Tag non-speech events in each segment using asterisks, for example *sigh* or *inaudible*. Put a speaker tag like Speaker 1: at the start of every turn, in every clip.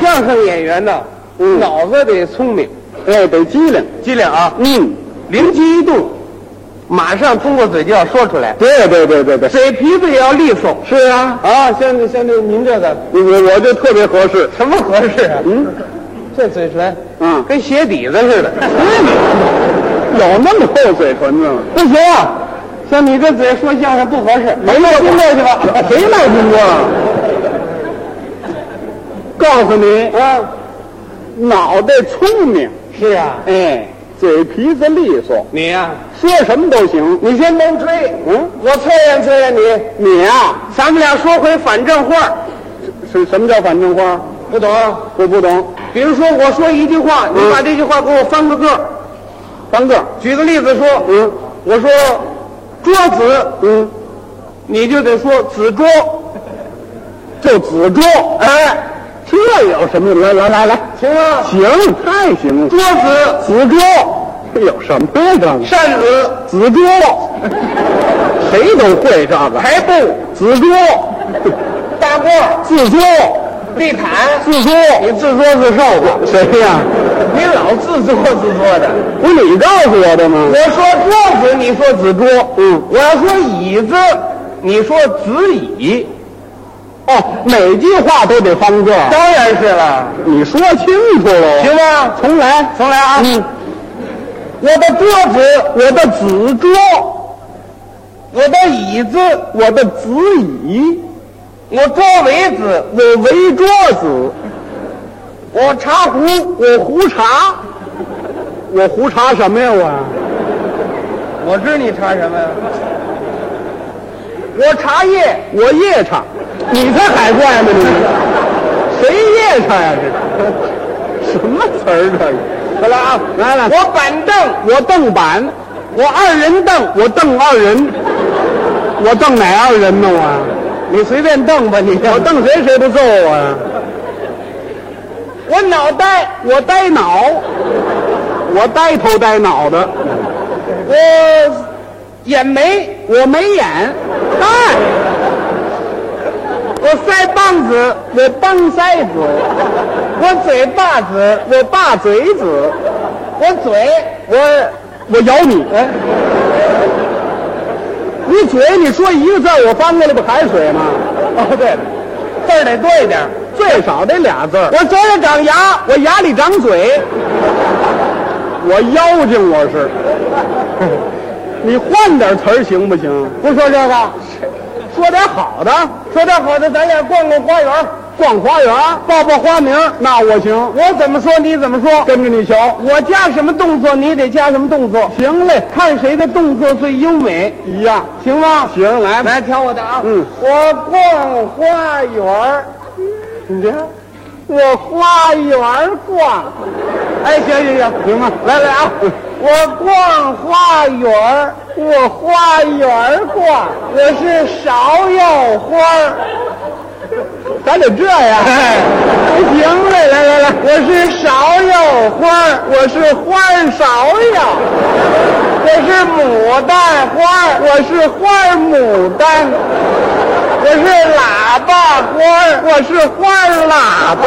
Speaker 1: 相声演员呢，
Speaker 2: 嗯
Speaker 1: 脑子得聪明，
Speaker 2: 哎，得机灵。
Speaker 1: 机灵啊，
Speaker 2: 嗯，
Speaker 1: 灵机一动，马上通过嘴就要说出来，
Speaker 2: 对对对对对，
Speaker 1: 嘴皮子也要利索
Speaker 2: 是啊，
Speaker 1: 啊。像这像这您这个
Speaker 2: 我我就特别合适。
Speaker 1: 什么合适啊？
Speaker 2: 嗯，
Speaker 1: 这嘴唇，
Speaker 2: 嗯
Speaker 1: 跟鞋底子似的。
Speaker 2: 有那么厚嘴唇子吗？
Speaker 1: 不行啊，像你这嘴说相声不合适，
Speaker 2: 没
Speaker 1: 到听过去吧？
Speaker 2: 谁卖金啊？告诉你，
Speaker 1: 啊，
Speaker 2: 脑袋聪明，
Speaker 1: 是啊，
Speaker 2: 哎，嘴皮子利索，
Speaker 1: 你呀、
Speaker 2: 说什么都行。
Speaker 1: 你先甭吹，嗯，我测验测验你。
Speaker 2: 你啊，
Speaker 1: 咱们俩说回反正话，
Speaker 2: 是什么叫反正话？
Speaker 1: 不懂？啊
Speaker 2: 我不懂。
Speaker 1: 比如说我说一句话，你
Speaker 2: 嗯
Speaker 1: 把这句话给我翻个个儿。
Speaker 2: 翻个儿，
Speaker 1: 举个例子说，
Speaker 2: 嗯
Speaker 1: 我说桌子，
Speaker 2: 嗯，
Speaker 1: 你就得说子桌。
Speaker 2: 就子桌。
Speaker 1: 哎，
Speaker 2: 这有什么？来来来来，
Speaker 1: 行啊，
Speaker 2: 行，太行了。
Speaker 1: 桌子、
Speaker 2: 子桌，这有哎什么啊呀？这个
Speaker 1: 扇子、
Speaker 2: 子桌，谁都会这个。
Speaker 1: 台布、
Speaker 2: 子桌，
Speaker 1: 大褂儿、
Speaker 2: 自桌，
Speaker 1: 地毯，
Speaker 2: 自桌，
Speaker 1: 你自作自受吧。
Speaker 2: 谁呀、
Speaker 1: 你老自作自作的。
Speaker 2: 不是你告诉我的吗
Speaker 1: 我？说桌子，你说子桌。
Speaker 2: 嗯
Speaker 1: 我要说椅子，你说子椅。
Speaker 2: 哦，每句话都得翻个儿，
Speaker 1: 当然是了，
Speaker 2: 你说清楚了。
Speaker 1: 行，吗？
Speaker 2: 重来，
Speaker 1: 重来啊！
Speaker 2: 嗯，
Speaker 1: 我的桌子，
Speaker 2: 我的子桌，
Speaker 1: 我的椅子，
Speaker 2: 我的子椅，
Speaker 1: 我桌围子，
Speaker 2: 我围桌子，
Speaker 1: 我茶壶，
Speaker 2: 我胡茶，我胡茶什么呀？我
Speaker 1: 我知你茶什么呀？我茶叶，
Speaker 2: 我夜叉，你才海怪呢你，谁夜叉呀、这是？什么词儿这是？
Speaker 1: 好了啊，
Speaker 2: 来来，
Speaker 1: 我板凳，
Speaker 2: 我蹬板，我二人蹬，我蹬二人，我蹬哪二人呢？我
Speaker 1: 你随便瞪吧你。
Speaker 2: 我蹬谁谁不揍我呀？
Speaker 1: 我脑袋，
Speaker 2: 我呆脑，我呆头呆脑的，
Speaker 1: 我眼眉，
Speaker 2: 我没眼，哎，
Speaker 1: 我腮帮子，
Speaker 2: 我帮腮子，
Speaker 1: 我嘴巴子，
Speaker 2: 我大嘴子，
Speaker 1: 我嘴，
Speaker 2: 我我咬你，
Speaker 1: 哎，
Speaker 2: 你嘴你说一个字儿我翻过来不海水吗？
Speaker 1: 哦对了，字儿得多一点儿。
Speaker 2: 最少得俩字儿
Speaker 1: 我嘴里长牙，
Speaker 2: 我牙里长嘴，我妖精我是。 *laughs* 你换点词儿行不行？
Speaker 1: 不说这个，
Speaker 2: 说点好的，
Speaker 1: 说点好的，咱俩逛逛花园儿。
Speaker 2: 逛花园，报报花名，那我行。
Speaker 1: 我怎么说你怎么说，
Speaker 2: 跟着你瞧，
Speaker 1: 我加什么动作你得加什么动作，
Speaker 2: 行嘞，
Speaker 1: 看谁的动作最优美，
Speaker 2: 一样。
Speaker 1: 行吗？
Speaker 2: 行，来吧，
Speaker 1: 来挑我的啊，
Speaker 2: 嗯，
Speaker 1: 我逛花园儿，
Speaker 2: 你这
Speaker 1: 我花园儿逛，哎，行行行，
Speaker 2: 行吗？
Speaker 1: 来来啊，我逛花园儿，我花园儿逛，我是芍药花儿。
Speaker 2: 咱得这样。哎
Speaker 1: 不行嘞，来来来，我是芍药花儿，我是花儿芍药，我是牡丹花儿，我是花儿牡丹，我是喇叭花儿，我是花儿喇叭，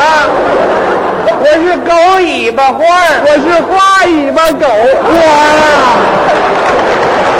Speaker 1: 我是狗尾巴花儿，我是花尾巴狗，我呀。